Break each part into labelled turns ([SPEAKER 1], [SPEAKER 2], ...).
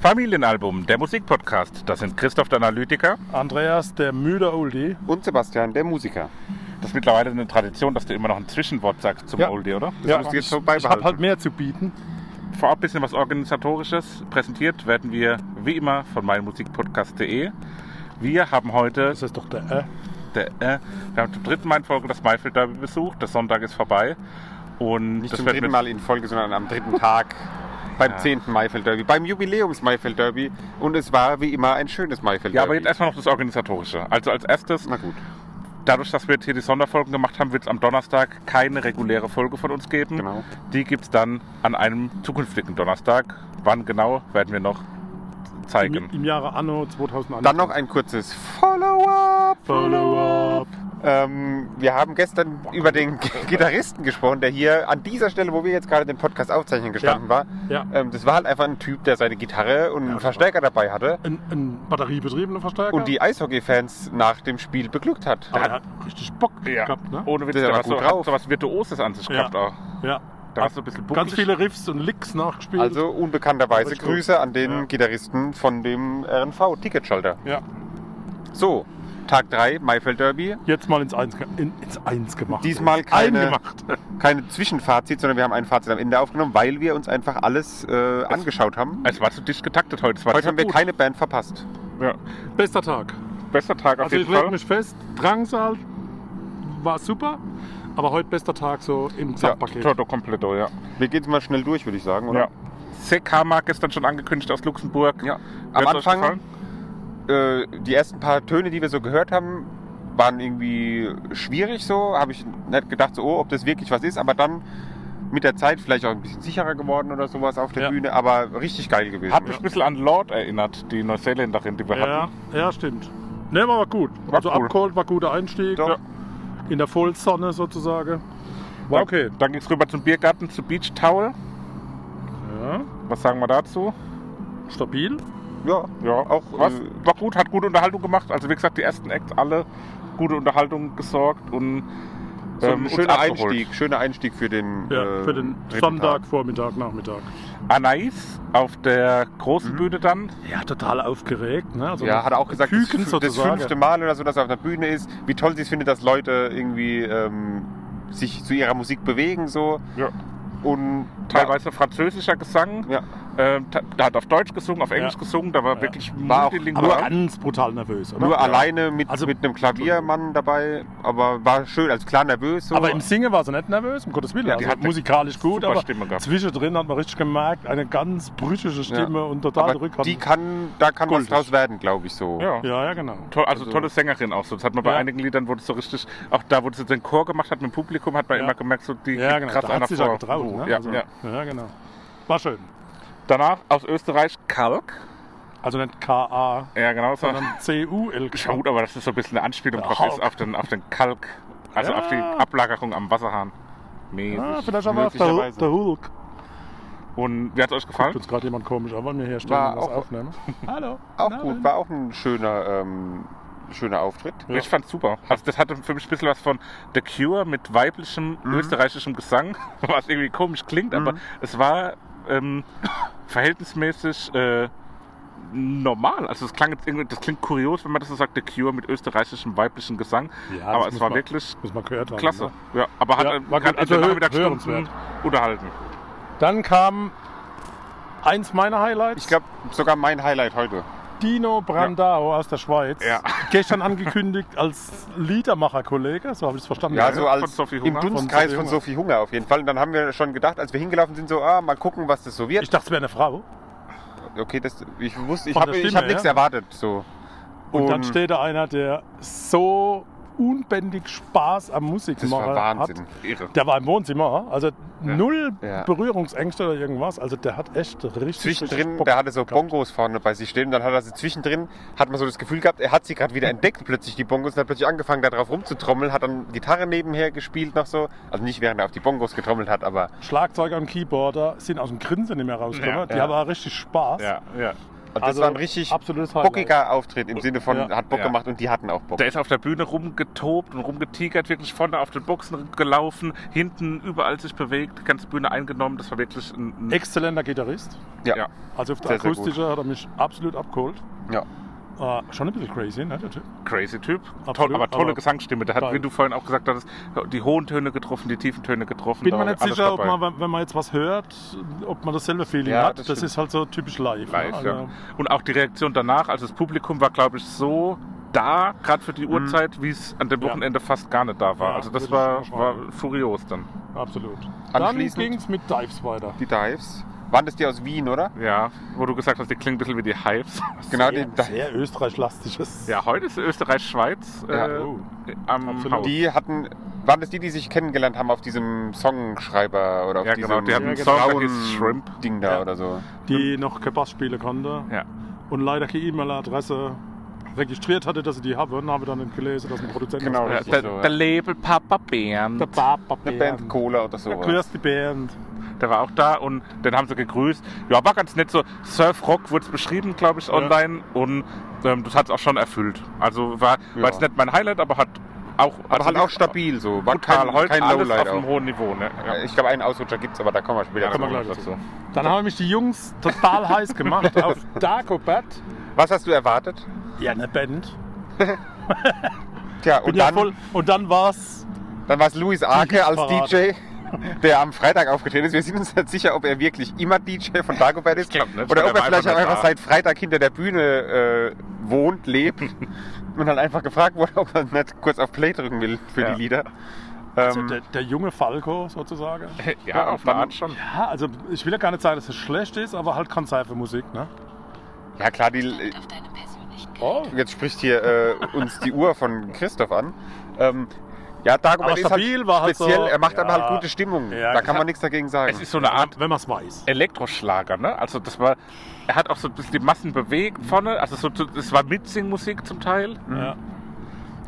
[SPEAKER 1] Familienalbum, der Musikpodcast. Das sind Christoph, der Analytiker.
[SPEAKER 2] Andreas, der müde Oldie.
[SPEAKER 3] Und Sebastian, der Musiker.
[SPEAKER 1] Das ist mittlerweile eine Tradition, dass du immer noch ein Zwischenwort sagst zum
[SPEAKER 2] Ja.
[SPEAKER 1] Oldie, oder?
[SPEAKER 3] Das müsst ihr jetzt so
[SPEAKER 2] ich habe
[SPEAKER 3] beibehalten.
[SPEAKER 2] halt mehr zu bieten.
[SPEAKER 1] Vorab ein bisschen was Organisatorisches. Präsentiert werden wir wie immer von meinmusikpodcast.de. Wir haben heute
[SPEAKER 2] Das ist doch der äh.
[SPEAKER 1] der, äh, wir haben zum dritten Mal in Folge das Maifeld Derby besucht. Der Sonntag ist vorbei. Und
[SPEAKER 3] Nicht
[SPEAKER 1] das
[SPEAKER 3] zum
[SPEAKER 1] wird
[SPEAKER 3] dritten
[SPEAKER 1] mit-
[SPEAKER 3] Mal in Folge, sondern am dritten Tag beim 10. Maifeld Derby, beim Jubiläums Maifeld Derby. Und es war wie immer ein schönes Maifeld Derby.
[SPEAKER 1] Ja, aber jetzt erstmal noch das Organisatorische. Also als erstes,
[SPEAKER 3] Na gut,
[SPEAKER 1] dadurch, dass wir jetzt hier die Sonderfolgen gemacht haben, wird es am Donnerstag keine reguläre Folge von uns geben.
[SPEAKER 3] Genau.
[SPEAKER 1] Die gibt es dann an einem zukünftigen Donnerstag. Wann genau, werden wir noch
[SPEAKER 2] Im,
[SPEAKER 1] zeigen.
[SPEAKER 2] Im Jahre Anno 2001.
[SPEAKER 3] dann noch ein kurzes Follow-up.
[SPEAKER 2] Follow-up.
[SPEAKER 3] Ähm, wir haben gestern über den G- Gitarristen gesprochen, der hier an dieser Stelle, wo wir jetzt gerade den Podcast aufzeichnen,
[SPEAKER 2] Ja.
[SPEAKER 3] gestanden war.
[SPEAKER 2] Ja.
[SPEAKER 3] Ähm, das war halt einfach ein Typ, der seine Gitarre und einen Verstärker dabei hatte
[SPEAKER 2] Ein, ein batteriebetriebener Verstärker.
[SPEAKER 3] und die Eishockey-Fans nach dem Spiel beglückt hat.
[SPEAKER 2] Aber der hat richtig Bock gehabt, ne?
[SPEAKER 1] Ohne Witz,
[SPEAKER 3] Der
[SPEAKER 1] der
[SPEAKER 3] war
[SPEAKER 1] hat so,
[SPEAKER 3] gut
[SPEAKER 1] hat
[SPEAKER 3] drauf.
[SPEAKER 1] so was Virtuoses an sich
[SPEAKER 2] Ja.
[SPEAKER 1] gehabt auch.
[SPEAKER 2] Ja.
[SPEAKER 1] Da war so ein bisschen
[SPEAKER 2] Ganz
[SPEAKER 1] bucklig.
[SPEAKER 2] viele Riffs und Licks nachgespielt.
[SPEAKER 3] Also unbekannterweise
[SPEAKER 2] Richtig gut.
[SPEAKER 3] Grüße an den
[SPEAKER 2] Ja.
[SPEAKER 3] Gitarristen von dem RNV-Ticketschalter.
[SPEAKER 2] ja.
[SPEAKER 3] So, Tag 3, Maifeld Derby.
[SPEAKER 2] Jetzt mal ins Eins, ge- in, ins Eins gemacht.
[SPEAKER 3] Diesmal
[SPEAKER 2] Ins
[SPEAKER 3] keine-
[SPEAKER 2] Ein gemacht.
[SPEAKER 3] Keine Zwischenfazit, sondern wir haben ein Fazit am Ende aufgenommen, weil wir uns einfach alles äh, angeschaut haben.
[SPEAKER 1] Es war zu dicht getaktet heute. Es war
[SPEAKER 3] Heute haben wir
[SPEAKER 1] gut.
[SPEAKER 3] keine Band verpasst.
[SPEAKER 1] Ja.
[SPEAKER 2] Bester Tag.
[SPEAKER 1] Bester Tag auf
[SPEAKER 2] Also ich
[SPEAKER 1] jeden
[SPEAKER 2] leg
[SPEAKER 1] Fall.
[SPEAKER 2] mich fest, Drangsal war super, aber heute bester Tag so im Gesamtpaket.
[SPEAKER 1] Toto Completo, ja.
[SPEAKER 3] Wir gehen jetzt mal schnell durch, würde ich sagen,
[SPEAKER 1] ja.
[SPEAKER 3] oder?
[SPEAKER 1] Sekama gestern schon angekündigt aus Luxemburg. Ja.
[SPEAKER 3] Am Anfang- Äh, die ersten paar Töne, die wir so gehört haben, waren irgendwie schwierig so. Habe ich nicht gedacht, so, oh, ob das wirklich was ist, aber dann mit der Zeit vielleicht auch ein bisschen sicherer geworden oder sowas auf der
[SPEAKER 2] Ja.
[SPEAKER 3] Bühne, aber richtig geil gewesen.
[SPEAKER 1] Hat mich ein bisschen an Lord erinnert, die Neuseeländerin, die wir
[SPEAKER 2] Ja,
[SPEAKER 1] hatten.
[SPEAKER 2] ja, stimmt. Ne, war aber gut.
[SPEAKER 1] War
[SPEAKER 2] also
[SPEAKER 1] cool.
[SPEAKER 2] abgeholt war guter Einstieg.
[SPEAKER 3] Doch.
[SPEAKER 2] Ja. In der Vollsonne sozusagen. War
[SPEAKER 1] Dann-
[SPEAKER 2] okay.
[SPEAKER 1] Dann ging es rüber zum Biergarten, zu Beach Towel.
[SPEAKER 2] Ja,
[SPEAKER 1] Was sagen wir dazu?
[SPEAKER 2] stabil.
[SPEAKER 3] ja,
[SPEAKER 1] Ja,
[SPEAKER 3] Auch,
[SPEAKER 1] was,
[SPEAKER 3] äh,
[SPEAKER 1] war gut, hat gute Unterhaltung gemacht. Also wie gesagt, die ersten Acts alle gute Unterhaltung gesorgt und ähm,
[SPEAKER 3] So ein
[SPEAKER 1] uns
[SPEAKER 3] schöner
[SPEAKER 1] abgeholt.
[SPEAKER 3] Einstieg, schöner Einstieg für den,
[SPEAKER 2] Ja,
[SPEAKER 3] äh,
[SPEAKER 2] für den
[SPEAKER 3] dritten
[SPEAKER 2] Sonntag,
[SPEAKER 3] Tag.
[SPEAKER 2] Vormittag, Nachmittag.
[SPEAKER 1] Anais auf der großen Bühne dann.
[SPEAKER 2] Ja, total aufgeregt. Ne? Also
[SPEAKER 3] Ja, hat er auch gesagt,
[SPEAKER 2] Küken
[SPEAKER 3] das, das
[SPEAKER 2] sozusagen.
[SPEAKER 3] fünfte Mal oder so, dass er auf der Bühne ist, wie toll sie es findet, dass Leute irgendwie ähm, sich zu ihrer Musik bewegen so
[SPEAKER 1] Ja.
[SPEAKER 3] und
[SPEAKER 1] Teilweise französischer Gesang.
[SPEAKER 3] Ja,
[SPEAKER 1] Ähm, ta- da hat auf Deutsch gesungen, auf Englisch
[SPEAKER 2] Ja.
[SPEAKER 1] gesungen. Da war
[SPEAKER 2] Ja.
[SPEAKER 1] wirklich
[SPEAKER 3] War auch-
[SPEAKER 2] aber
[SPEAKER 1] multilingual.
[SPEAKER 2] ganz brutal nervös, oder?
[SPEAKER 3] nur
[SPEAKER 1] Ja.
[SPEAKER 3] alleine mit,
[SPEAKER 2] Also-
[SPEAKER 3] mit einem Klaviermann dabei, aber war schön, also klar nervös so.
[SPEAKER 2] Aber im Singen war sie nicht nervös, um Gottes Willen.
[SPEAKER 1] Ja, die
[SPEAKER 2] also
[SPEAKER 1] hat eine
[SPEAKER 2] musikalisch gut,
[SPEAKER 1] super
[SPEAKER 2] aber
[SPEAKER 1] Stimme gehabt.
[SPEAKER 2] zwischendrin hat man richtig gemerkt, eine ganz brüchige Stimme und total
[SPEAKER 3] aber
[SPEAKER 2] rückhand.
[SPEAKER 3] die kann, da kann was
[SPEAKER 2] Goldig.
[SPEAKER 3] draus werden, glaube ich so.
[SPEAKER 1] Ja.
[SPEAKER 2] Ja, ja, genau.
[SPEAKER 1] Toll, also,
[SPEAKER 3] Also-
[SPEAKER 1] tolle Sängerin auch so. Das hat man bei
[SPEAKER 2] Ja.
[SPEAKER 1] einigen Liedern, wo das so richtig, auch da, wo das den Chor gemacht hat mit dem Publikum, hat man
[SPEAKER 2] Ja.
[SPEAKER 1] immer gemerkt, so die
[SPEAKER 2] Ja, genau.
[SPEAKER 1] krass
[SPEAKER 2] Da
[SPEAKER 1] einer
[SPEAKER 2] hat sie sich ja
[SPEAKER 1] vor.
[SPEAKER 2] getraut.
[SPEAKER 1] Oh,
[SPEAKER 2] Ne?
[SPEAKER 1] ja,
[SPEAKER 2] also,
[SPEAKER 1] ja.
[SPEAKER 2] ja, genau. War schön.
[SPEAKER 1] Danach aus Österreich Kalk.
[SPEAKER 2] Also nicht K.A.,
[SPEAKER 1] Ja, genau. So.
[SPEAKER 2] sondern C.U.L.
[SPEAKER 1] Ja, gut, aber das ist so ein bisschen eine Anspielung
[SPEAKER 2] Der
[SPEAKER 1] drauf
[SPEAKER 2] Hulk.
[SPEAKER 1] ist auf den, auf den Kalk, also
[SPEAKER 2] Ja.
[SPEAKER 1] auf die Ablagerung am Wasserhahn. Mäßig.
[SPEAKER 2] Ah, vielleicht aber auch der,
[SPEAKER 3] möglicherweise.
[SPEAKER 2] der Hulk.
[SPEAKER 1] Und wie hat es euch
[SPEAKER 2] Guckt
[SPEAKER 1] gefallen?
[SPEAKER 2] uns gerade jemand komisch an, weil wir hier stehen
[SPEAKER 3] War
[SPEAKER 2] und was
[SPEAKER 3] auch-
[SPEAKER 2] aufnehmen. Hallo.
[SPEAKER 3] Auch
[SPEAKER 2] Na,
[SPEAKER 3] gut, war auch ein schöner, ähm, schöner Auftritt.
[SPEAKER 2] Ja.
[SPEAKER 1] Ich fand's super. Also das hatte für mich ein bisschen was von The Cure mit weiblichem
[SPEAKER 2] Mhm.
[SPEAKER 1] österreichischem Gesang, was irgendwie komisch klingt, aber es war ähm, verhältnismäßig äh, normal. Also das klang jetzt irgendwie, das klingt kurios, wenn man das so sagt, The Cure mit österreichischem weiblichen Gesang.
[SPEAKER 2] Ja, Ah, das
[SPEAKER 1] aber es
[SPEAKER 2] muss
[SPEAKER 1] war
[SPEAKER 2] man-
[SPEAKER 1] wirklich
[SPEAKER 2] Muss man gehört haben.
[SPEAKER 1] klasse.
[SPEAKER 2] Ne?
[SPEAKER 1] Ja, aber hat,
[SPEAKER 2] Ja,
[SPEAKER 1] einen-
[SPEAKER 2] war
[SPEAKER 1] hat
[SPEAKER 2] gut. Also
[SPEAKER 1] in
[SPEAKER 2] hör-
[SPEAKER 1] den Nachmittagsstunden
[SPEAKER 2] hörenswert.
[SPEAKER 1] unterhalten.
[SPEAKER 2] Dann kam eins meiner Highlights.
[SPEAKER 3] Ich glaube, sogar mein Highlight heute.
[SPEAKER 2] Dino Brandao aus der Schweiz.
[SPEAKER 1] Ja.
[SPEAKER 2] Gestern angekündigt als Liedermacher-Kollege, so habe ich es verstanden.
[SPEAKER 3] Ja, so
[SPEAKER 1] von
[SPEAKER 3] Also als
[SPEAKER 1] Sophie
[SPEAKER 3] im
[SPEAKER 1] Hunger.
[SPEAKER 3] Dunstkreis
[SPEAKER 2] Von Sophie
[SPEAKER 3] von
[SPEAKER 2] Hunger.
[SPEAKER 3] Sophie Hunger auf jeden Fall. Und dann haben wir schon gedacht, als wir hingelaufen sind, so, ah, mal gucken, was das so
[SPEAKER 2] ich
[SPEAKER 3] wird.
[SPEAKER 2] dachte, es wäre eine Frau.
[SPEAKER 3] Okay, das, ich wusste, ich
[SPEAKER 2] Von
[SPEAKER 3] habe
[SPEAKER 2] der
[SPEAKER 3] ich
[SPEAKER 2] Stimme
[SPEAKER 3] hab nichts
[SPEAKER 2] her.
[SPEAKER 3] erwartet. So.
[SPEAKER 2] Und, dann steht da einer, der so unbändig Spaß am Musik
[SPEAKER 3] das war Wahnsinn.
[SPEAKER 2] hat.
[SPEAKER 1] Irre.
[SPEAKER 2] Der war im Wohnzimmer, also null
[SPEAKER 3] Ja.
[SPEAKER 2] Berührungsängste oder irgendwas. Also der hat echt richtig richtig
[SPEAKER 3] Zwischendrin,
[SPEAKER 2] Bock
[SPEAKER 3] der hatte so
[SPEAKER 2] gehabt.
[SPEAKER 3] Bongos vorne bei sich stehen und dann hat er sie zwischendrin, hat man so das Gefühl gehabt, er hat sie gerade wieder entdeckt, plötzlich die Bongos, und hat plötzlich angefangen, da drauf rumzutrommeln, hat dann Gitarre nebenher gespielt noch so. Also nicht, während er auf die Bongos getrommelt hat, aber
[SPEAKER 2] Schlagzeuger und Keyboarder sind aus dem Grinsen nicht mehr rausgekommen.
[SPEAKER 1] Ja,
[SPEAKER 2] die
[SPEAKER 3] ja.
[SPEAKER 2] haben auch richtig Spaß.
[SPEAKER 1] Ja, ja.
[SPEAKER 3] Also, das war ein richtig
[SPEAKER 2] absolutes
[SPEAKER 3] bockiger Auftritt im Sinne von,
[SPEAKER 2] Ja.
[SPEAKER 3] hat Bock
[SPEAKER 1] Ja.
[SPEAKER 3] gemacht und die hatten auch Bock.
[SPEAKER 1] Der ist auf der Bühne rumgetobt und rumgetigert, wirklich vorne auf den Boxen gelaufen, hinten überall sich bewegt, die ganze Bühne eingenommen. Das war wirklich ein. ein
[SPEAKER 2] Exzellenter Gitarrist.
[SPEAKER 1] ja.
[SPEAKER 2] Also auf der
[SPEAKER 3] Sehr, sehr gut.
[SPEAKER 2] akustischen hat er mich absolut abgeholt.
[SPEAKER 3] Ja.
[SPEAKER 2] Äh, schon ein bisschen crazy, ne, der Typ?
[SPEAKER 1] crazy Typ.
[SPEAKER 2] Absolut,
[SPEAKER 1] Toll, aber tolle
[SPEAKER 2] aber
[SPEAKER 1] Gesangsstimme. Der hat,
[SPEAKER 2] geil.
[SPEAKER 1] wie du vorhin auch gesagt hattest, die hohen Töne getroffen, die tiefen Töne getroffen.
[SPEAKER 2] Bin
[SPEAKER 1] da
[SPEAKER 2] mir nicht
[SPEAKER 1] alles
[SPEAKER 2] sicher, ob
[SPEAKER 1] dabei.
[SPEAKER 2] man, wenn- wenn man jetzt was hört, ob man dasselbe Feeling
[SPEAKER 3] Ja,
[SPEAKER 2] hat.
[SPEAKER 3] das
[SPEAKER 2] Das,
[SPEAKER 3] stimmt.
[SPEAKER 2] ist halt so typisch live. ne?
[SPEAKER 1] Live, ja.
[SPEAKER 2] Also,
[SPEAKER 1] Und auch die Reaktion danach, also das Publikum war, glaube ich, so da, gerade für die Uhrzeit, wie es an dem
[SPEAKER 2] Mhm. Ja.
[SPEAKER 1] Wochenende fast gar nicht da war.
[SPEAKER 2] Ja,
[SPEAKER 1] also das
[SPEAKER 2] würde
[SPEAKER 1] war,
[SPEAKER 2] ich schon
[SPEAKER 1] war furios dann.
[SPEAKER 2] Absolut. Dann
[SPEAKER 3] Anschließend-
[SPEAKER 2] ging es mit Dives weiter.
[SPEAKER 3] Die Dives. Waren das die aus Wien, oder?
[SPEAKER 1] Ja, wo du gesagt hast, die klingen ein bisschen wie die Hypes.
[SPEAKER 3] Genau,
[SPEAKER 2] Sehr,
[SPEAKER 3] die,
[SPEAKER 2] sehr österreichlastisches.
[SPEAKER 1] Ja, heute ist Österreich-Schweiz äh,
[SPEAKER 3] Ja,
[SPEAKER 2] oh.
[SPEAKER 1] am
[SPEAKER 2] Absolut.
[SPEAKER 1] Haus.
[SPEAKER 3] die hatten, waren das die, die sich kennengelernt haben auf diesem Songschreiber oder auf
[SPEAKER 1] Ja,
[SPEAKER 3] diesem
[SPEAKER 1] genau, die hatten
[SPEAKER 2] einen
[SPEAKER 3] blauen
[SPEAKER 1] Song, der hieß Shrimp.
[SPEAKER 3] Ding da
[SPEAKER 2] Ja.
[SPEAKER 3] oder so.
[SPEAKER 2] die noch kein Bass spielen konnte
[SPEAKER 1] Ja.
[SPEAKER 2] und leider keine E-Mail-Adresse registriert hatte, dass sie die habe und habe dann nicht gelesen, dass ein Produzent das
[SPEAKER 3] Genau,
[SPEAKER 1] Ja,
[SPEAKER 2] macht.
[SPEAKER 3] richtig.
[SPEAKER 1] der,
[SPEAKER 3] so, ja.
[SPEAKER 1] der Label Papa Bernd.
[SPEAKER 2] Der Papa
[SPEAKER 3] Eine Band Cola oder so.
[SPEAKER 2] Grüß die Band.
[SPEAKER 1] Der war auch da und den haben sie gegrüßt. Ja, war ganz nett so. Surfrock wurde es beschrieben, glaube ich, online. Und ähm, das hat es auch schon erfüllt. Also war,
[SPEAKER 3] Ja.
[SPEAKER 1] war jetzt nicht mein Highlight, aber hat auch,
[SPEAKER 3] Aber
[SPEAKER 1] also
[SPEAKER 3] halt auch
[SPEAKER 1] lief
[SPEAKER 3] stabil so. War
[SPEAKER 1] Gut, Karl
[SPEAKER 3] kein,
[SPEAKER 1] Holz,
[SPEAKER 3] kein
[SPEAKER 1] alles auf
[SPEAKER 3] Lowlight
[SPEAKER 1] einem
[SPEAKER 3] auch.
[SPEAKER 1] hohen Niveau. Ne? Ja.
[SPEAKER 3] Ich glaube, einen Ausrutscher gibt's, aber da kommen wir später
[SPEAKER 1] Ja,
[SPEAKER 3] zu.
[SPEAKER 1] kommen wir gleich
[SPEAKER 3] dazu.
[SPEAKER 1] dazu.
[SPEAKER 2] Dann haben mich die Jungs total heiß gemacht auf Dagobert.
[SPEAKER 3] Was hast du erwartet?
[SPEAKER 2] Ja, eine Band.
[SPEAKER 3] Tja,
[SPEAKER 2] Und,
[SPEAKER 3] und
[SPEAKER 2] ja
[SPEAKER 3] dann,
[SPEAKER 2] voll, und dann war's.
[SPEAKER 3] dann war es Luis Arke als
[SPEAKER 2] Hitparade.
[SPEAKER 3] DJ, der am Freitag aufgetreten ist. Wir sind uns nicht sicher, ob er wirklich immer DJ von Dagobert ist.
[SPEAKER 1] glaub nicht,
[SPEAKER 3] oder
[SPEAKER 1] weil der
[SPEAKER 3] ob er
[SPEAKER 1] war
[SPEAKER 3] vielleicht auch
[SPEAKER 1] einfach nicht
[SPEAKER 3] einfach
[SPEAKER 1] da.
[SPEAKER 3] seit Freitag hinter der Bühne äh, wohnt, lebt und dann einfach gefragt wurde, ob er nicht kurz auf Play drücken will für
[SPEAKER 1] Ja.
[SPEAKER 3] die Lieder.
[SPEAKER 2] Also
[SPEAKER 3] Ähm,
[SPEAKER 2] der, der junge Falco sozusagen.
[SPEAKER 1] ja, auf
[SPEAKER 3] Äh, dann-
[SPEAKER 1] eine Art schon.
[SPEAKER 2] Ja, also ich will ja gar nicht sagen, dass es schlecht ist, aber halt kann sein für Musik, ne?
[SPEAKER 3] ja klar, die,
[SPEAKER 4] auf deinem persönlichen
[SPEAKER 2] Oh.
[SPEAKER 3] jetzt spricht hier äh, uns die Uhr von Christoph an. Ähm, ja,
[SPEAKER 2] Aber
[SPEAKER 3] Dagobert ist
[SPEAKER 2] stabil
[SPEAKER 3] halt
[SPEAKER 2] war halt
[SPEAKER 3] speziell,
[SPEAKER 2] so-
[SPEAKER 3] er macht aber
[SPEAKER 2] ja.
[SPEAKER 3] halt gute Stimmung.
[SPEAKER 2] Ja,
[SPEAKER 3] da kann
[SPEAKER 2] klar.
[SPEAKER 3] man nichts dagegen sagen.
[SPEAKER 1] Es ist so eine Art
[SPEAKER 2] Wenn man es weiß.
[SPEAKER 1] Elektroschlager, ne? Also das war, er hat auch so ein bisschen die Massen bewegt vorne. Also so, es war Mitsingmusik zum Teil.
[SPEAKER 2] Ja.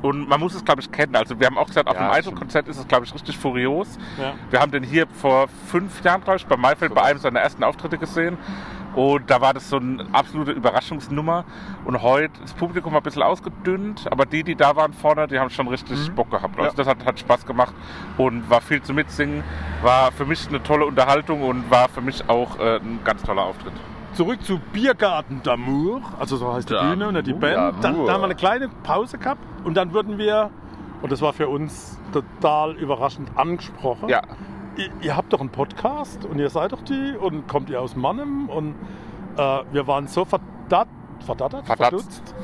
[SPEAKER 1] Und man muss es, glaube ich, kennen. Also wir haben auch gesagt, auf
[SPEAKER 3] Ja,
[SPEAKER 1] dem
[SPEAKER 3] das
[SPEAKER 1] Idol-Konzert ist es, glaube ich, richtig furios.
[SPEAKER 2] Ja.
[SPEAKER 1] Wir haben den hier vor fünf Jahren, glaube ich, bei Maifeld bei einem seiner ersten Auftritte gesehen. Und da war das so eine absolute Überraschungsnummer. Und heute ist das Publikum ein bisschen ausgedünnt, aber die, die da waren vorne, die haben schon richtig Bock gehabt. Also
[SPEAKER 3] Ja.
[SPEAKER 1] das hat, hat Spaß gemacht und war viel zu mitsingen. War für mich eine tolle Unterhaltung und war für mich auch äh, ein ganz toller Auftritt.
[SPEAKER 2] Zurück zu Biergarten d'Amour, also so heißt die
[SPEAKER 1] D'Amour,
[SPEAKER 2] Bühne und nicht die
[SPEAKER 3] d'Amour.
[SPEAKER 2] Band. Dann, da haben wir eine kleine Pause gehabt und dann wurden wir, und das war für uns total überraschend angesprochen.
[SPEAKER 3] ja,
[SPEAKER 2] Ihr, ihr habt doch einen Podcast und ihr seid doch die und kommt ihr aus Mannem und äh, wir waren so verdat, verdattert,
[SPEAKER 3] verdutzt.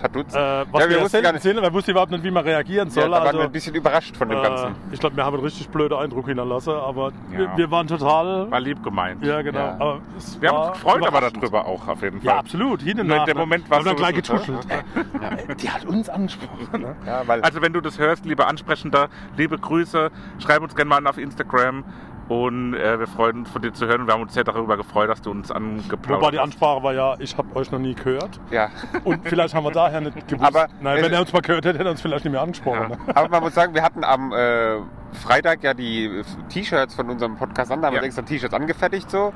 [SPEAKER 3] Verdutzt.
[SPEAKER 2] Äh, was
[SPEAKER 3] Ja,
[SPEAKER 2] wir
[SPEAKER 3] wir wussten gar
[SPEAKER 2] selten
[SPEAKER 3] nicht-
[SPEAKER 2] sehen, wir wussten überhaupt nicht, wie man reagieren soll.
[SPEAKER 3] ja, da waren
[SPEAKER 2] also,
[SPEAKER 3] wir ein bisschen überrascht von dem
[SPEAKER 2] äh,
[SPEAKER 3] Ganzen.
[SPEAKER 2] ich glaube, wir haben einen richtig blöden Eindruck hinterlassen, aber
[SPEAKER 1] Ja.
[SPEAKER 2] wir, wir waren total.
[SPEAKER 1] War lieb gemeint.
[SPEAKER 2] ja, genau.
[SPEAKER 3] Ja.
[SPEAKER 2] Aber es
[SPEAKER 1] Wir
[SPEAKER 2] war
[SPEAKER 1] haben uns gefreut aber
[SPEAKER 2] überraschend.
[SPEAKER 1] darüber auch auf jeden Fall.
[SPEAKER 2] Ja, absolut. Hin und
[SPEAKER 1] Nur in
[SPEAKER 2] nach,
[SPEAKER 1] dem
[SPEAKER 2] ne?
[SPEAKER 1] Moment
[SPEAKER 2] Wir
[SPEAKER 1] war's
[SPEAKER 2] haben dann gleich
[SPEAKER 1] sowieso,
[SPEAKER 2] getuschelt. Die hat uns angesprochen. Ne?
[SPEAKER 3] Ja, weil
[SPEAKER 1] Also wenn du das hörst, liebe Ansprechender, liebe Grüße, schreib uns gerne mal an auf Instagram und äh, wir freuen uns von dir zu hören. Wir haben uns sehr darüber gefreut, dass du uns angeplaudert
[SPEAKER 2] Wobei die
[SPEAKER 1] hast.
[SPEAKER 2] Ansprache war ja, ich habe euch noch nie gehört.
[SPEAKER 3] ja.
[SPEAKER 2] Und vielleicht haben wir daher nicht gewusst.
[SPEAKER 3] Aber
[SPEAKER 2] Nein,
[SPEAKER 1] äh,
[SPEAKER 3] es-
[SPEAKER 2] wenn er uns mal gehört hätte, hätte er uns vielleicht nicht mehr angesprochen. Ne?
[SPEAKER 3] Aber man muss sagen, wir hatten am äh, Freitag ja die T-Shirts von unserem Podcast an, da haben wir
[SPEAKER 1] Ja.
[SPEAKER 3] extra T-Shirts angefertigt so.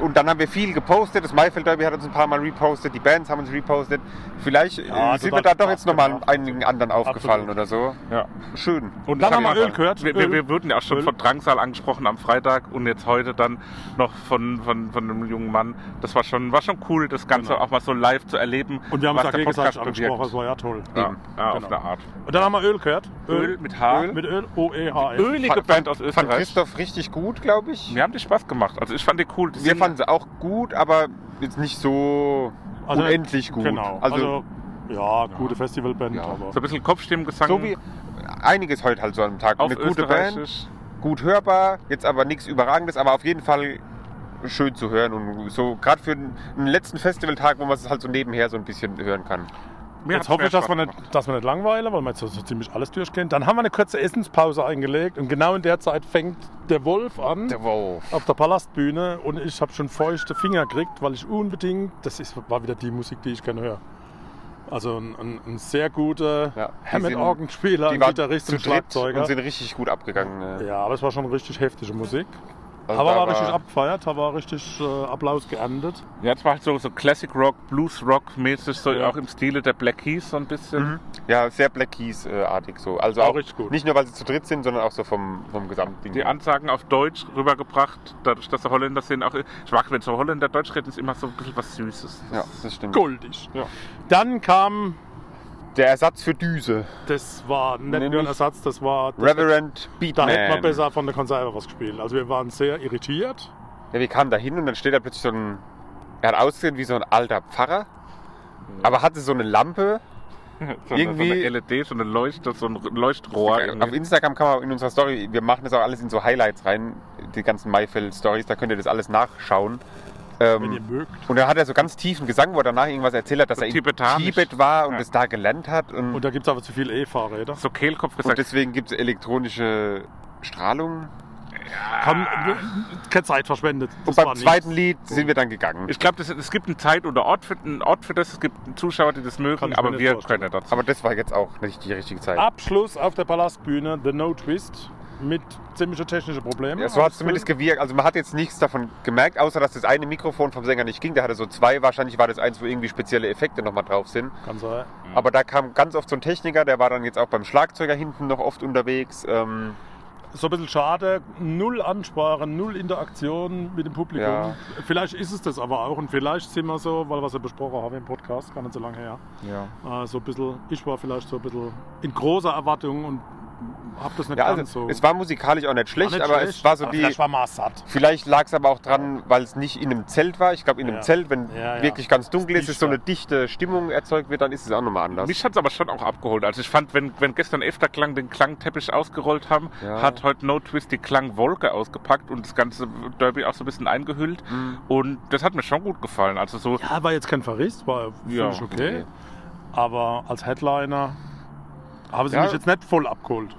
[SPEAKER 3] Und dann haben wir viel gepostet. Das Maifeld Derby hat uns ein paar Mal repostet, die Bands haben uns repostet. Vielleicht
[SPEAKER 2] Ja,
[SPEAKER 3] äh, sind wir
[SPEAKER 2] total
[SPEAKER 3] da doch
[SPEAKER 2] Spaß
[SPEAKER 3] jetzt nochmal
[SPEAKER 2] gemacht.
[SPEAKER 3] einigen anderen aufgefallen
[SPEAKER 2] Absolut.
[SPEAKER 3] oder so.
[SPEAKER 1] Ja.
[SPEAKER 3] Schön.
[SPEAKER 1] Und
[SPEAKER 2] Dann
[SPEAKER 3] haben wir
[SPEAKER 2] Öl gehört.
[SPEAKER 1] Wir, wir, wir
[SPEAKER 2] Öl.
[SPEAKER 1] wurden ja auch schon
[SPEAKER 2] Öl.
[SPEAKER 1] von Drangsal angesprochen am Freitag und jetzt heute dann noch von, von, von einem jungen Mann. Das war schon, war schon cool, das Ganze
[SPEAKER 2] Genau.
[SPEAKER 1] auch mal so live zu erleben.
[SPEAKER 2] Und wir haben
[SPEAKER 1] was
[SPEAKER 2] uns auch
[SPEAKER 1] der
[SPEAKER 2] gegenseitig
[SPEAKER 1] Podcast
[SPEAKER 2] angesprochen. Das
[SPEAKER 1] bewirkt.
[SPEAKER 2] war ja toll.
[SPEAKER 1] Ja,
[SPEAKER 3] Eben.
[SPEAKER 1] ja auf
[SPEAKER 2] Genau.
[SPEAKER 1] eine Art.
[SPEAKER 2] Und dann haben wir Öl gehört.
[SPEAKER 1] Öl mit H.
[SPEAKER 2] Mit Öl. E O-E-H-L.
[SPEAKER 1] Ölige
[SPEAKER 3] Fand-
[SPEAKER 1] Band aus
[SPEAKER 3] Fand
[SPEAKER 1] Österreich.
[SPEAKER 3] Christoph richtig gut, glaube ich.
[SPEAKER 1] Mir haben die Spaß gemacht. Also ich fand die cool. Die
[SPEAKER 3] Wir
[SPEAKER 1] sind-
[SPEAKER 3] fanden sie auch gut, aber jetzt nicht so
[SPEAKER 2] Also-
[SPEAKER 3] unendlich gut.
[SPEAKER 2] Genau.
[SPEAKER 3] Also,
[SPEAKER 2] Also, ja, gute Festivalband.
[SPEAKER 3] Ja.
[SPEAKER 2] Aber.
[SPEAKER 1] so ein bisschen Kopfstimmengesang
[SPEAKER 2] ähm,
[SPEAKER 3] so wie einiges heute halt so am Tag.
[SPEAKER 1] auf
[SPEAKER 3] Eine gute Band.
[SPEAKER 1] Österreichisch.
[SPEAKER 3] gut hörbar, jetzt aber nichts Überragendes, aber auf jeden Fall schön zu hören und so gerade für den den letzten Festivaltag, wo man es halt so nebenher so ein bisschen hören kann.
[SPEAKER 1] Mir hat's
[SPEAKER 2] Jetzt hoffe
[SPEAKER 1] mehr
[SPEAKER 2] ich, dass
[SPEAKER 1] Spaß
[SPEAKER 2] wir, nicht,
[SPEAKER 1] gemacht.
[SPEAKER 2] dass wir nicht langweilen, weil wir jetzt so, so ziemlich alles durchgehen. Dann haben wir eine kurze Essenspause eingelegt und genau in der Zeit fängt der Wolf an.
[SPEAKER 3] Wow.
[SPEAKER 2] auf der Palastbühne und ich habe schon feuchte Finger gekriegt, weil ich unbedingt, das ist, war wieder die Musik, die ich gerne höre. Also ein, ein, ein sehr guter
[SPEAKER 3] Ja, die
[SPEAKER 2] Hammond-Orgenspieler, ein
[SPEAKER 3] Die waren
[SPEAKER 2] Gitarrist
[SPEAKER 3] zu
[SPEAKER 2] und
[SPEAKER 3] dritt und
[SPEAKER 2] Schlagzeuger.
[SPEAKER 3] sind richtig gut abgegangen. ne?
[SPEAKER 2] Ja, aber es war schon richtig heftige Musik.
[SPEAKER 3] Also
[SPEAKER 2] Aber
[SPEAKER 3] da
[SPEAKER 2] war richtig abgefeiert, da war richtig äh, Applaus geerntet.
[SPEAKER 1] Ja, das war halt so, so Classic Rock, Blues Rock mäßig, so
[SPEAKER 2] Ja. Mhm.
[SPEAKER 1] auch im Stile der Black Keys so ein bisschen.
[SPEAKER 3] Mhm. Ja, sehr Black Keys-artig so. Also
[SPEAKER 2] War
[SPEAKER 3] auch
[SPEAKER 2] richtig gut.
[SPEAKER 3] nicht nur, weil sie zu dritt sind, sondern auch so vom, vom Gesamtding.
[SPEAKER 1] Die Ansagen auf Deutsch rübergebracht, dadurch, dass die Holländer sind auch. Ich mag, wenn so Holländer Deutsch reden, ist immer so ein bisschen was Süßes.
[SPEAKER 3] ja, das stimmt.
[SPEAKER 2] Goldig.
[SPEAKER 1] Ja.
[SPEAKER 2] Dann kam,
[SPEAKER 3] Der Ersatz für Düse.
[SPEAKER 2] das war nicht
[SPEAKER 3] Nee,
[SPEAKER 2] nur ein
[SPEAKER 3] nicht.
[SPEAKER 2] Ersatz, das war. Das
[SPEAKER 3] Reverend
[SPEAKER 2] da
[SPEAKER 3] Beatman.
[SPEAKER 2] hätten wir besser von der Konserve was gespielt. Also wir waren sehr irritiert.
[SPEAKER 3] Ja, wir kamen da hin und dann steht da plötzlich so ein. Er hat ausgesehen wie so ein alter Pfarrer, aber hatte so eine Lampe.
[SPEAKER 1] So
[SPEAKER 3] Irgendwie-
[SPEAKER 1] Eine, so eine LED, so eine Leuchte, so ein Leuchtrohr.
[SPEAKER 3] Auf
[SPEAKER 1] irgendwie.
[SPEAKER 3] Instagram kann man in unserer Story, wir machen das auch alles in so Highlights rein, die ganzen Maifeld-Stories, da könnt ihr das alles nachschauen.
[SPEAKER 2] Wenn ihr
[SPEAKER 3] Ähm,
[SPEAKER 2] mögt.
[SPEAKER 3] und dann hat er so ganz tiefen Gesang, wo er danach irgendwas erzählt hat, dass
[SPEAKER 1] So
[SPEAKER 3] er in
[SPEAKER 1] tibetanisch.
[SPEAKER 3] Tibet war und
[SPEAKER 1] Ja.
[SPEAKER 3] es da gelernt hat. Und,
[SPEAKER 2] Und
[SPEAKER 3] und,
[SPEAKER 2] da gibt es aber zu viele E-Fahrräder.
[SPEAKER 1] So Kehlkopf gesagt.
[SPEAKER 3] deswegen gibt es elektronische Strahlung.
[SPEAKER 2] Haben keine Zeit verschwendet.
[SPEAKER 3] Ah. Und
[SPEAKER 2] Das
[SPEAKER 3] beim
[SPEAKER 2] war nichts.
[SPEAKER 3] zweiten Lied sind wir dann gegangen.
[SPEAKER 1] ich glaube, das- es gibt eine Zeit oder Ort für, einen Ort für das. Es gibt Zuschauer, die das
[SPEAKER 2] Kann
[SPEAKER 1] mögen,
[SPEAKER 2] ich mir
[SPEAKER 1] aber
[SPEAKER 2] nicht
[SPEAKER 1] wir
[SPEAKER 2] vorstellen.
[SPEAKER 1] können das.
[SPEAKER 3] Aber das war jetzt auch nicht die richtige Zeit.
[SPEAKER 2] Abschluss auf der Palastbühne, The No Twist, mit ziemlicher technischen Problemen.
[SPEAKER 3] Ja, so hat es zumindest gewirkt. Also man hat jetzt nichts davon gemerkt, außer dass das eine Mikrofon vom Sänger nicht ging. Der hatte so zwei. Wahrscheinlich war das eins, wo irgendwie spezielle Effekte nochmal drauf sind.
[SPEAKER 2] Kann sein.
[SPEAKER 3] Aber da kam ganz oft so ein Techniker, der war dann jetzt auch beim Schlagzeuger hinten noch oft unterwegs. Ähm,
[SPEAKER 2] So ein bisschen schade, null Ansprache, null Interaktion mit dem Publikum.
[SPEAKER 3] Ja.
[SPEAKER 2] Vielleicht ist es das aber auch und vielleicht sind wir so, weil wir es ja besprochen haben im Podcast, gar nicht so lange her,
[SPEAKER 3] ja.
[SPEAKER 2] äh, so ein bisschen, ich war vielleicht so ein bisschen in großer Erwartung und habe das nicht
[SPEAKER 3] Ja,
[SPEAKER 2] ganz
[SPEAKER 3] also
[SPEAKER 2] so.
[SPEAKER 3] es war musikalisch auch nicht schlecht,
[SPEAKER 2] nicht
[SPEAKER 3] aber es
[SPEAKER 2] schlecht,
[SPEAKER 3] war so
[SPEAKER 2] aber
[SPEAKER 3] die.
[SPEAKER 2] Vielleicht war mal satt.
[SPEAKER 3] Vielleicht lag es aber auch dran, weil es nicht in einem Zelt war. Ich glaube, in einem
[SPEAKER 2] Ja.
[SPEAKER 3] Zelt, wenn
[SPEAKER 2] Ja, ja.
[SPEAKER 3] wirklich ganz dunkel
[SPEAKER 2] Ist
[SPEAKER 3] ist, ist so
[SPEAKER 2] dichter.
[SPEAKER 3] eine dichte Stimmung erzeugt wird, dann ist es auch nochmal anders.
[SPEAKER 1] Mich hat es aber schon auch abgeholt. Also ich fand, wenn, wenn gestern Efterklang den Klangteppich ausgerollt haben,
[SPEAKER 3] Ja.
[SPEAKER 1] hat heute No Twist die Klangwolke ausgepackt und das ganze Derby auch so ein bisschen eingehüllt. Und das hat mir schon gut gefallen. Also so,
[SPEAKER 2] Ja, war jetzt kein Verriss, war völlig
[SPEAKER 1] Ja,
[SPEAKER 2] okay.
[SPEAKER 3] okay.
[SPEAKER 2] Aber als Headliner haben sie
[SPEAKER 3] Ja.
[SPEAKER 2] mich jetzt nicht voll abgeholt.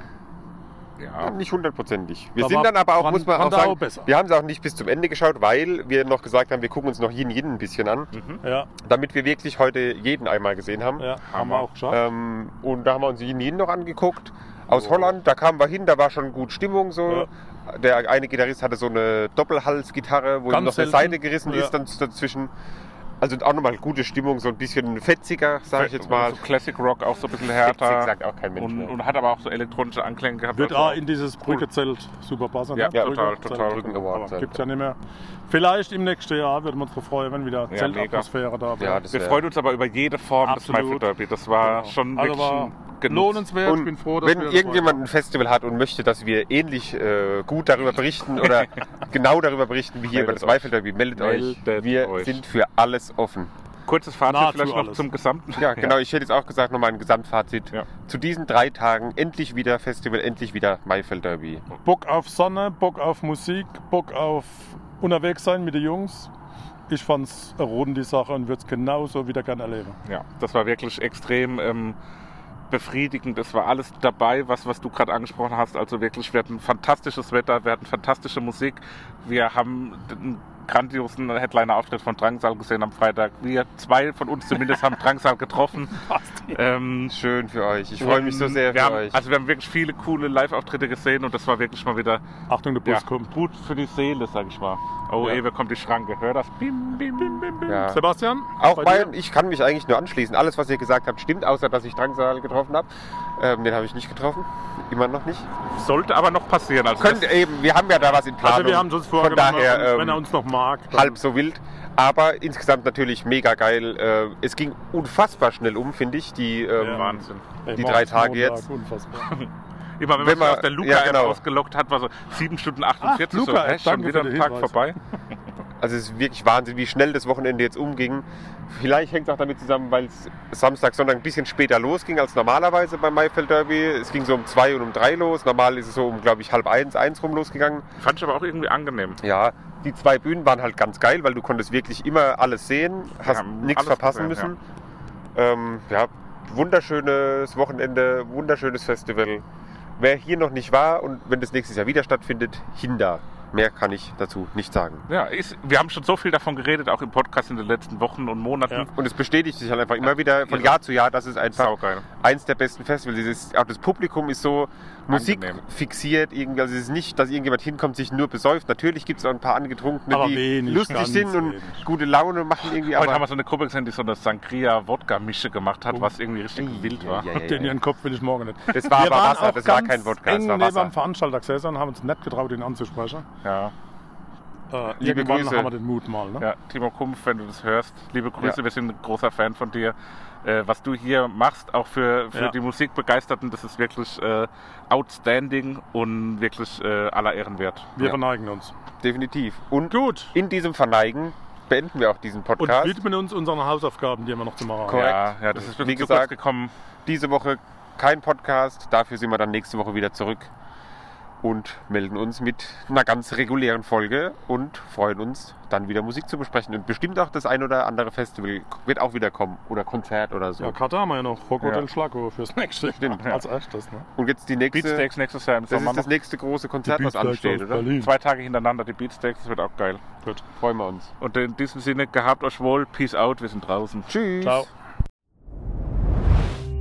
[SPEAKER 1] ja.
[SPEAKER 3] Nicht hundertprozentig. Wir
[SPEAKER 2] Da
[SPEAKER 3] sind
[SPEAKER 2] war
[SPEAKER 3] dann aber auch,
[SPEAKER 2] Brand-
[SPEAKER 3] muss man auch
[SPEAKER 2] Brandau
[SPEAKER 3] sagen,
[SPEAKER 2] besser.
[SPEAKER 3] wir haben es auch nicht bis zum Ende geschaut, weil wir noch gesagt haben, wir gucken uns noch jeden jeden ein bisschen an,
[SPEAKER 1] Mhm.
[SPEAKER 2] Ja,
[SPEAKER 3] damit wir wirklich heute jeden einmal gesehen haben.
[SPEAKER 2] ja haben wir
[SPEAKER 1] Hammer.
[SPEAKER 2] auch geschafft.
[SPEAKER 3] Ähm, und da haben wir uns jeden jeden noch angeguckt. Aus Holland, da kamen wir hin, da war schon gut Stimmung so. Der eine Gitarrist hatte so eine Doppelhalsgitarre, wo ihm
[SPEAKER 2] Ganz
[SPEAKER 3] noch eine
[SPEAKER 2] selten.
[SPEAKER 3] Seite gerissen
[SPEAKER 2] Ja.
[SPEAKER 3] ist dann dazwischen. Also auch nochmal gute Stimmung, so ein bisschen fetziger, sage ich jetzt mal.
[SPEAKER 1] So Classic Rock auch so ein bisschen
[SPEAKER 3] Fetzig
[SPEAKER 1] härter.
[SPEAKER 3] sagt auch kein Mensch
[SPEAKER 1] und,
[SPEAKER 3] mehr.
[SPEAKER 1] und hat aber auch so elektronische Anklänge gehabt.
[SPEAKER 2] Wird
[SPEAKER 1] also
[SPEAKER 2] auch in dieses Brückezelt super passen.
[SPEAKER 1] Ja,
[SPEAKER 2] ne?
[SPEAKER 1] ja,
[SPEAKER 2] Brücke-
[SPEAKER 1] total, total.
[SPEAKER 2] Zelt.
[SPEAKER 3] Brückenaward
[SPEAKER 2] Aber
[SPEAKER 3] sein.
[SPEAKER 2] gibt's ja nicht mehr. Vielleicht im nächsten Jahr würden wir uns drauf freuen, wenn wieder
[SPEAKER 1] mega.
[SPEAKER 2] Zeltatmosphäre da
[SPEAKER 3] Ja,
[SPEAKER 2] wäre.
[SPEAKER 3] das
[SPEAKER 1] wir
[SPEAKER 3] wär-
[SPEAKER 1] freuen uns aber über jede Form
[SPEAKER 2] Absolut.
[SPEAKER 1] des Maifeld Derby. Das war
[SPEAKER 2] Genau.
[SPEAKER 1] schon
[SPEAKER 2] also
[SPEAKER 1] wirklich
[SPEAKER 2] war
[SPEAKER 1] ein Genuss.
[SPEAKER 2] lohnenswert. ich
[SPEAKER 3] Und
[SPEAKER 2] bin froh, dass
[SPEAKER 3] wenn
[SPEAKER 2] wir das
[SPEAKER 3] irgendjemand ein Festival hat und möchte, dass wir ähnlich äh, gut darüber berichten oder genau darüber berichten wie hier über
[SPEAKER 1] Meldet
[SPEAKER 3] das Maifeld Derby, meldet, euch.
[SPEAKER 1] Meldet
[SPEAKER 3] Wir
[SPEAKER 1] euch.
[SPEAKER 3] sind für alles offen.
[SPEAKER 1] Kurzes Fazit
[SPEAKER 2] Nahezu
[SPEAKER 1] vielleicht noch
[SPEAKER 2] alles.
[SPEAKER 1] zum Gesamten.
[SPEAKER 3] Ja, genau. Ich hätte jetzt auch gesagt, nochmal ein Gesamtfazit.
[SPEAKER 1] Ja.
[SPEAKER 3] Zu diesen drei Tagen endlich wieder Festival, endlich wieder Maifeld Derby.
[SPEAKER 2] Bock auf Sonne, Bock auf Musik, Bock auf unterwegs sein mit den Jungs. Ich fand's erroden die Sache und würde es genauso wieder gern erleben.
[SPEAKER 1] Ja, das war wirklich extrem ähm, befriedigend. Es war alles dabei, was, was du gerade angesprochen hast. Also wirklich, wir hatten fantastisches Wetter, wir hatten fantastische Musik. Wir haben einen grandiosen Headliner-Auftritt von Drangsal gesehen am Freitag. Wir, zwei von uns zumindest, haben Drangsal getroffen. Ähm,
[SPEAKER 3] Schön für euch. Ich freue mich
[SPEAKER 2] Ähm,
[SPEAKER 3] so sehr
[SPEAKER 1] wir
[SPEAKER 3] für
[SPEAKER 1] haben,
[SPEAKER 3] euch.
[SPEAKER 1] Also wir haben wirklich viele coole Live-Auftritte gesehen und das war wirklich mal wieder
[SPEAKER 2] Achtung, der Bus
[SPEAKER 1] ja,
[SPEAKER 2] kommt.
[SPEAKER 1] gut für die Seele, sag ich mal. Oh,
[SPEAKER 2] Ja.
[SPEAKER 1] Ewe kommt die Schranke. Hör das. Bim, bim, bim, bim, bim.
[SPEAKER 3] Ja.
[SPEAKER 2] Sebastian?
[SPEAKER 3] Auch
[SPEAKER 2] bei
[SPEAKER 3] bei,
[SPEAKER 2] dir?
[SPEAKER 3] ich kann mich eigentlich nur anschließen. Alles, was ihr gesagt habt, stimmt, außer dass ich Drangsal getroffen habe. Ähm, den habe ich nicht getroffen. Immer noch nicht.
[SPEAKER 1] Sollte aber noch passieren. Also
[SPEAKER 3] Könnt eben, wir haben ja da was in Planung.
[SPEAKER 2] Also wir haben es uns
[SPEAKER 3] Von
[SPEAKER 2] vorgenommen,
[SPEAKER 3] daher,
[SPEAKER 2] und wenn
[SPEAKER 3] ähm,
[SPEAKER 2] er uns noch mag. dann-
[SPEAKER 3] halb so wild. Aber insgesamt natürlich mega geil. Äh, Es ging unfassbar schnell um, finde ich. Die, ähm,
[SPEAKER 2] Ja.
[SPEAKER 1] Wahnsinn.
[SPEAKER 2] Ey,
[SPEAKER 3] die
[SPEAKER 2] morgens
[SPEAKER 3] drei Tage
[SPEAKER 2] Montag,
[SPEAKER 3] jetzt.
[SPEAKER 2] Unfassbar.
[SPEAKER 1] Immer wenn,
[SPEAKER 3] Wenn
[SPEAKER 1] man
[SPEAKER 3] man-
[SPEAKER 1] sich aus der Luca
[SPEAKER 3] ja,
[SPEAKER 1] App
[SPEAKER 3] genau.
[SPEAKER 1] ausgelockt hat, war so 7 Stunden 48
[SPEAKER 2] Ach, Ah, Luca,
[SPEAKER 1] so, hä, schon
[SPEAKER 2] danke
[SPEAKER 1] wieder
[SPEAKER 2] für
[SPEAKER 1] ein
[SPEAKER 2] den
[SPEAKER 1] Tag
[SPEAKER 2] Hinweis.
[SPEAKER 1] vorbei.
[SPEAKER 3] Also es ist wirklich Wahnsinn, wie schnell das Wochenende jetzt umging. Vielleicht hängt es auch damit zusammen, weil es Samstag, Sonntag ein bisschen später losging als normalerweise beim Maifeld Derby. Es ging so um zwei und um drei los. Normal ist es so um, glaube ich, halb eins, eins rum losgegangen.
[SPEAKER 1] Fand ich aber auch irgendwie angenehm.
[SPEAKER 3] Ja, die zwei Bühnen waren halt ganz geil, weil du konntest wirklich immer alles sehen, hast
[SPEAKER 1] Ja,
[SPEAKER 3] nichts
[SPEAKER 1] alles
[SPEAKER 3] verpassen
[SPEAKER 1] gesehen,
[SPEAKER 3] müssen. Ja. Ähm, ja, wunderschönes Wochenende, wunderschönes Festival. Wer hier noch nicht war und wenn das nächstes Jahr wieder stattfindet, hin da. Mehr kann ich dazu nicht sagen.
[SPEAKER 1] Ja, ist, wir haben schon so viel davon geredet, auch im Podcast in den letzten Wochen und Monaten.
[SPEAKER 2] Ja.
[SPEAKER 3] Und es bestätigt sich halt einfach immer wieder von Jahr zu Jahr, dass es einfach
[SPEAKER 1] Saugeil.
[SPEAKER 3] eins der besten Festivals ist. Auch das Publikum ist so Musik
[SPEAKER 1] Angenehm.
[SPEAKER 3] fixiert irgendwie. Also es ist nicht, dass irgendjemand hinkommt, sich nur besäuft. Natürlich gibt es auch ein paar Angetrunkene,
[SPEAKER 2] Aber
[SPEAKER 3] die
[SPEAKER 2] wenig,
[SPEAKER 3] lustig
[SPEAKER 2] ganz
[SPEAKER 3] sind und
[SPEAKER 2] wenig.
[SPEAKER 3] gute Laune machen irgendwie.
[SPEAKER 1] Heute haben wir so eine Gruppe gesehen, die so eine Sangria-Wodka-Mische gemacht
[SPEAKER 2] Oh.
[SPEAKER 1] hat, was irgendwie richtig wild war.
[SPEAKER 3] Ja, ja, ja,
[SPEAKER 2] Den
[SPEAKER 3] ja.
[SPEAKER 2] ihren Kopf will ich morgen nicht.
[SPEAKER 3] Das war
[SPEAKER 2] Wir
[SPEAKER 3] aber
[SPEAKER 2] waren
[SPEAKER 3] Wasser,
[SPEAKER 2] auch
[SPEAKER 3] das war
[SPEAKER 2] ganz
[SPEAKER 3] kein Wodka, das
[SPEAKER 2] eng
[SPEAKER 3] war
[SPEAKER 2] neben
[SPEAKER 3] Wasser.
[SPEAKER 2] dem Veranstalter gesessen und haben uns nicht getraut, ihn anzusprechen.
[SPEAKER 1] Ja.
[SPEAKER 2] Äh,
[SPEAKER 3] Liebe
[SPEAKER 2] irgendwann
[SPEAKER 3] Grüße.
[SPEAKER 2] haben wir den Mut mal. Ne?
[SPEAKER 1] Ja, Timo Kumpf, wenn du das hörst, liebe Grüße,
[SPEAKER 3] Ja.
[SPEAKER 1] wir sind ein großer Fan von dir. Äh, was du hier machst, auch für, für
[SPEAKER 2] Ja.
[SPEAKER 1] die Musikbegeisterten, das ist wirklich äh, outstanding und wirklich äh, aller Ehren wert.
[SPEAKER 2] Wir
[SPEAKER 3] Ja.
[SPEAKER 2] verneigen uns.
[SPEAKER 3] Definitiv. Und
[SPEAKER 2] Gut.
[SPEAKER 3] in diesem Verneigen beenden wir auch diesen
[SPEAKER 2] Und
[SPEAKER 3] Podcast.
[SPEAKER 2] widmen uns unseren Hausaufgaben, die wir noch zu machen haben.
[SPEAKER 3] Korrekt.
[SPEAKER 1] Ja, ja, das ist
[SPEAKER 3] Wie
[SPEAKER 1] wirklich zu
[SPEAKER 3] gesagt,
[SPEAKER 1] kurz gekommen.
[SPEAKER 3] Diese Woche kein Podcast. Dafür sind wir dann nächste Woche wieder zurück und melden uns mit einer ganz regulären Folge und freuen uns, dann wieder Musik zu besprechen. Und bestimmt auch das ein oder andere Festival wird auch wieder kommen oder Konzert oder so.
[SPEAKER 2] Ja, Karte haben wir ja noch. Rockhotel
[SPEAKER 1] Ja.
[SPEAKER 2] ja. Schlago fürs nächste.
[SPEAKER 3] Stimmt, ja.
[SPEAKER 2] Als erstes. Ne?
[SPEAKER 3] Und jetzt die nächste.
[SPEAKER 1] Beatsteaks nächstes Jahr im
[SPEAKER 3] Das
[SPEAKER 1] Sommer
[SPEAKER 3] ist das
[SPEAKER 1] noch.
[SPEAKER 3] nächste große Konzert, was
[SPEAKER 2] Beatsteaks
[SPEAKER 3] ansteht,
[SPEAKER 2] aus
[SPEAKER 3] oder?
[SPEAKER 2] Berlin.
[SPEAKER 1] Zwei Tage hintereinander die Beatsteaks, das wird auch geil.
[SPEAKER 2] Gut.
[SPEAKER 3] Freuen wir uns.
[SPEAKER 1] Und in diesem Sinne, gehabt euch wohl, peace out, wir sind draußen.
[SPEAKER 3] Tschüss.
[SPEAKER 2] Ciao.